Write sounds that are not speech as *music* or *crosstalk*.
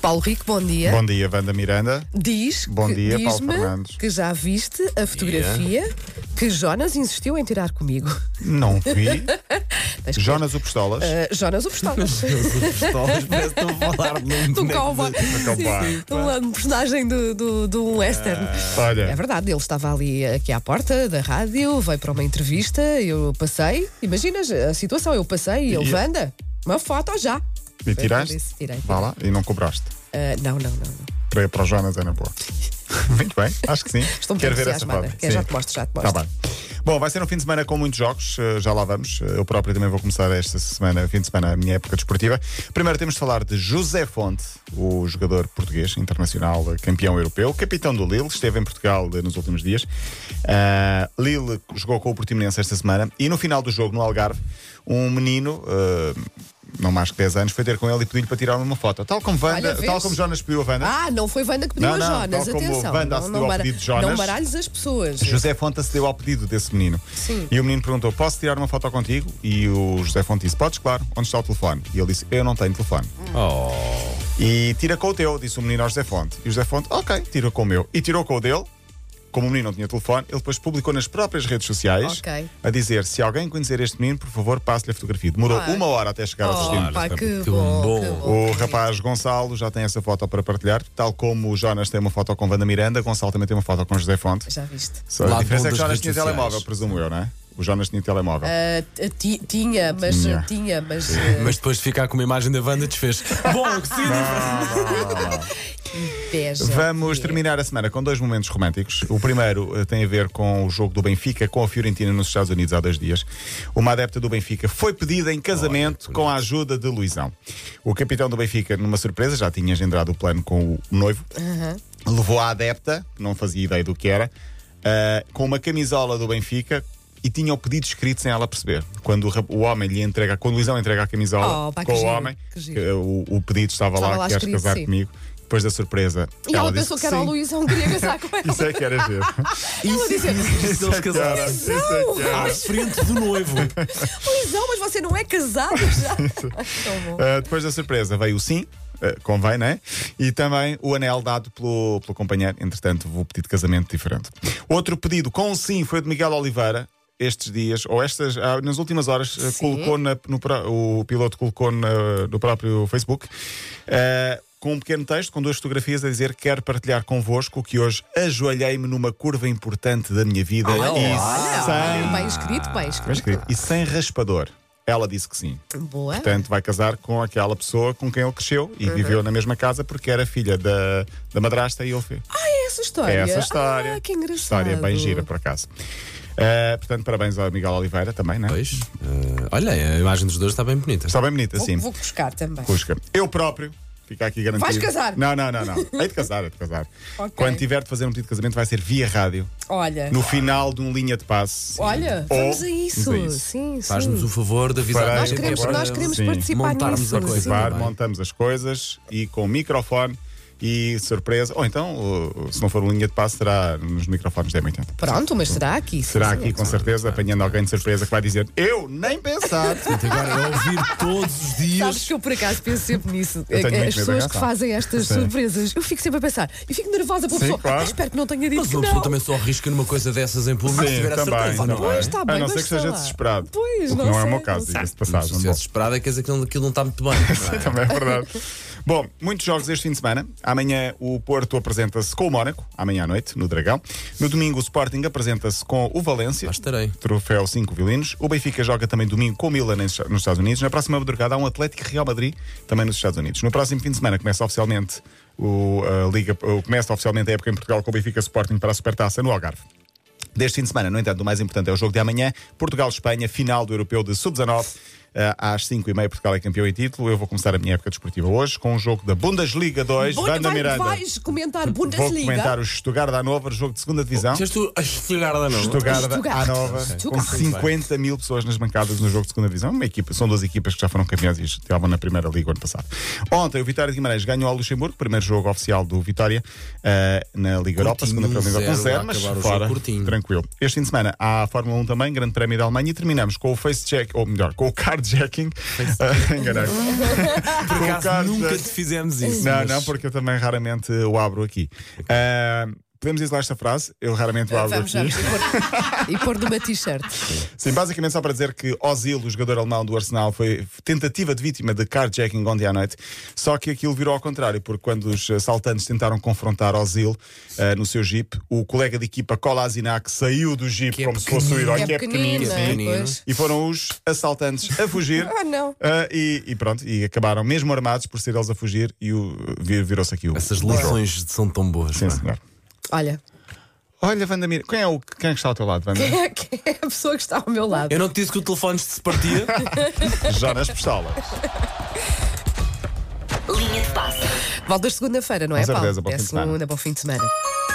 Paulo Rico, bom dia. Bom dia, Wanda Miranda. Diz, Bom que, dia, Paulo diz-me Fernandes. que já viste a fotografia que Jonas insistiu em tirar comigo. Não *laughs* vi. Mas, Jonas o Pistolas. eh, Jonas o *laughs* Pistolas. pistolas, parece que estão a falar de um do boneco cowboy. de- né, Do cowboy, Sim, de um- um personagem do, do, do western. É Ah. Olha, verdade, ele estava ali aqui à porta da rádio, veio para uma entrevista, eu passei. Imaginas a situação, eu passei e ele, E- Wanda, uma foto já. e Foi o que eu tiraste? disse, Tirei. Vá lá. E não cobraste. Ah, não, não, não. não. Para, para o Jonas é na *laughs* boa. Muito bem, acho que sim. Estou muito Quero ver essa entusiasmada. foto. Quer- Sim. já te mostro, já te Tá mostro. bem. Bom, vai ser um fim de semana com muitos jogos, eh, já lá vamos. Eh, Eu próprio também vou começar esta semana, fim de semana, a minha época desportiva. Primeiro temos de falar de José Fonte, o jogador português, internacional, eh, campeão europeu, capitão do Lille, esteve em Portugal eh, nos últimos dias. Ah, Lille jogou com o Portimonense esta semana e no final do jogo, no Algarve, um menino. eh, não mais que 10 anos, foi ter com ele e pediu-lhe para tirar uma foto. Tal como, Wanda, Olha, vês? tal como Jonas pediu a Wanda. Ah, não foi Wanda que pediu Não, a não, Jonas, tal como atenção. Wanda não, acedeu não, ao pedido de não Jonas. baralhes as pessoas. José Fonte acedeu ao pedido desse menino. Sim. E o menino perguntou: Posso tirar uma foto contigo? E o José Fonte disse: Podes, claro. Onde está o telefone? E ele disse: Eu não tenho telefone. Oh. E tira com o teu, disse o menino ao José Fonte. E o José Fonte: Ok, tira com o meu. E tirou com o dele. Como o menino não tinha telefone, ele depois publicou nas próprias redes sociais Ok. a dizer: Se alguém conhecer este menino, por favor, passe-lhe a fotografia. Demorou Ai. uma hora até chegar ao destino. Oh, pá, que, Que bom, bom. que bom. um O rapaz Gonçalo já tem essa foto para partilhar, tal como o Jonas tem uma foto com Wanda Miranda, Gonçalo também tem uma foto com José Fonte. Já viste? Só a Lado diferença bom é que o das Jonas redes tinha sociais. telemóvel, presumo eu, não é? O Jonas tinha telemóvel. Ah, ti- tinha, mas Tinha. tinha, mas, ah, Mas depois de ficar com uma imagem da Wanda desfez. Bom, que significa. inveja. Vamos É. terminar a semana com dois momentos românticos. O primeiro eh, tem a ver com o jogo do Benfica com a Fiorentina nos Estados Unidos há dois dias. Uma adepta do Benfica foi pedida em casamento com a ajuda de Luizão. O capitão do Benfica, numa surpresa, já tinha agendrado o plano com o noivo, Uhum. levou a adepta, que não fazia ideia do que era, ah, com uma camisola do Benfica. E tinha o pedido escrito sem ela perceber. Quando o, rap- o homem lhe entrega, quando o Luizão entrega a camisola Oh, pá, que com o giro, homem, que giro. eh, o, o pedido estava, Estava lá, lá queres escrito, casar sim. comigo? Depois da surpresa. E ela, disse pensou que era o sim. Luizão que queria *laughs* casar com ela. Isso é que era giro. Ela disse: assim, Isso é eles casaram. Isso é que era. À frente do noivo. Luizão, mas você não é casado *laughs* já. Tão bom. Ah, depois da surpresa veio o sim. ah, convém, né? E também o anel dado pelo, pelo companheiro. Entretanto, vou pedir de casamento diferente. Outro pedido com um sim foi o de Miguel Oliveira. Estes dias, ou estas, ah, nas últimas horas, ah, Sim. colocou na- no, pró- o piloto colocou na- no próprio Facebook ah, com um pequeno texto, com duas fotografias a dizer: Quero partilhar convosco que hoje ajoelhei-me numa curva importante da minha vida e Olha, sem bem escrito, bem escrito. Bem escrito. E sem raspador. Ela disse que sim. Boa. Portanto, vai casar com aquela pessoa com quem ele cresceu e Uhum. viveu na mesma casa porque era filha da, da madrasta e ele fez. Ah, é essa história. É essa a história. Ah, que engraçado. História bem gira, por acaso. Ah, portanto, parabéns ao Miguel Oliveira também, né? Pois, eh, olha, a imagem dos dois está bem bonita. Está bem bonita, Vou, sim. vou buscar também. Cusca. Eu próprio. Fica aqui garantido. Vais casar? Não, *laughs* não, não, não. Hei de casar, hei de casar. Ok. Quando tiver de fazer um pedido de casamento, vai ser via rádio, Olha, no final de um linha de passe. olha, Ou- vamos a isso. vamos a isso. Sim, Faz-nos sim. o favor de avisar Para- a Nós gente queremos, para- nós queremos Sim. participar Montarmos nisso. a coisa. sim. Claro, Também. montamos as coisas e com microfone e surpresa. Ou então, uh, se não for uma linha de passo, será nos microfones da M80. Pronto, mas será é aqui? sim, Será sim. aqui, com certeza, apanhando alguém de surpresa que vai dizer Eu nem pensar. *laughs* Agora é ouvir todos os Sabes dias. que eu por acaso penso sempre nisso. É, Eu tenho muito As medo da pessoas que gaita. fazem estas Sim. surpresas, eu fico sempre a pensar e fico nervosa pela Sim, pessoa. claro. "Ah, Espero que não tenha dito Mas que uma pessoa não. também só arrisca numa coisa dessas em público se Sim, tiver a também, certeza, também. não é? Pois, está A bem, não mas ser que sei seja lá. desesperado. Pois, O que não é o sei, meu não caso, sei. diga-se de Mas passagem. Se Bom. tivesse esperado é que aquilo aquilo não está muito *laughs* bem. não é? Também é verdade. Bom, muitos jogos este fim de semana. Amanhã o Porto apresenta-se com o Mónaco, amanhã à noite, no Dragão. No domingo o Sporting apresenta-se com o Valência. Lá estarei. Troféu 5 violinos. O Benfica joga também domingo com o Milan nos nos Estados Unidos. Na próxima madrugada há um Atlético Real Madrid também nos Estados Unidos. No próximo fim de semana começa oficialmente o, a Liga, o- começa oficialmente a época em Portugal com o Benfica Sporting para a Supertaça no Algarve. Deste fim de semana, no entanto, o mais importante é o jogo de amanhã, Portugal-Espanha, final do Europeu de Sub-19. Ah, Às 5h30, Portugal é campeão em título. Eu vou começar a minha época desportiva hoje com um jogo da Bundesliga 2, Bom, Wanda vai- Miranda. vais comentar Vou comentar Bundesliga. o Stuttgart Hannover, jogo de segunda divisão. Tens tu a chegar da não? Stuttgart, Stuttgart. à nova, com Stuttgart. 50 mil pessoas nas bancadas no jogo de segunda divisão. Uma equipa, são duas equipas que já foram campeãs e estavam na primeira liga o ano passado. Ontem o Vitória de Guimarães ganhou ao Luxemburgo, primeiro jogo oficial do Vitória eh, na Liga Europa, Curtinho, segunda pela Liga 1-0, 1-0, a mas acabar o jogo fora, curtinho. um tranquilo. Este fim de semana há a Fórmula 1 também, Grande Prémio da Alemanha, e terminamos com o Face Check, ou melhor, com o Car fact-checking. Ah, Enganei. *laughs* Por acaso causa- nunca te fizemos isso. Não, mas- não, porque eu também raramente o abro aqui. Ah, podemos isolar esta frase? Eu raramente o abro Vamos, aqui. vamos. E *laughs* pôr, e pôr numa t-shirt. Sim, basicamente só para dizer que Ozil, o jogador alemão do Arsenal, foi tentativa de vítima de carjacking ontem à noite. Só que aquilo virou ao contrário, porque quando os assaltantes tentaram confrontar Ozil eh, no seu jeep, o colega de equipa Kolasinac saiu do jeep Que é como se fosse o pequenino. herói, Que é pequenino, não é? pequenino. Pois. E foram os assaltantes a fugir. *laughs* Ah, não. Eh, e, e pronto, e acabaram mesmo armados por ser eles a fugir e o- vir- virou-se aqui o. Essas Ah. lições são tão boas. Sim, é? pá. senhor. Olha, *laughs* Olha, Vanda Mira, quem é, o, quem é que está ao teu lado, Vanda? quem é, quem é a pessoa que está ao meu É. lado? Eu não te disse que o telefone se *laughs* partia. Já nas pistolas. Linha de passe. Voltas segunda-feira, não é, Com certeza, Paulo? bom é fim de semana. segunda, bom fim de semana.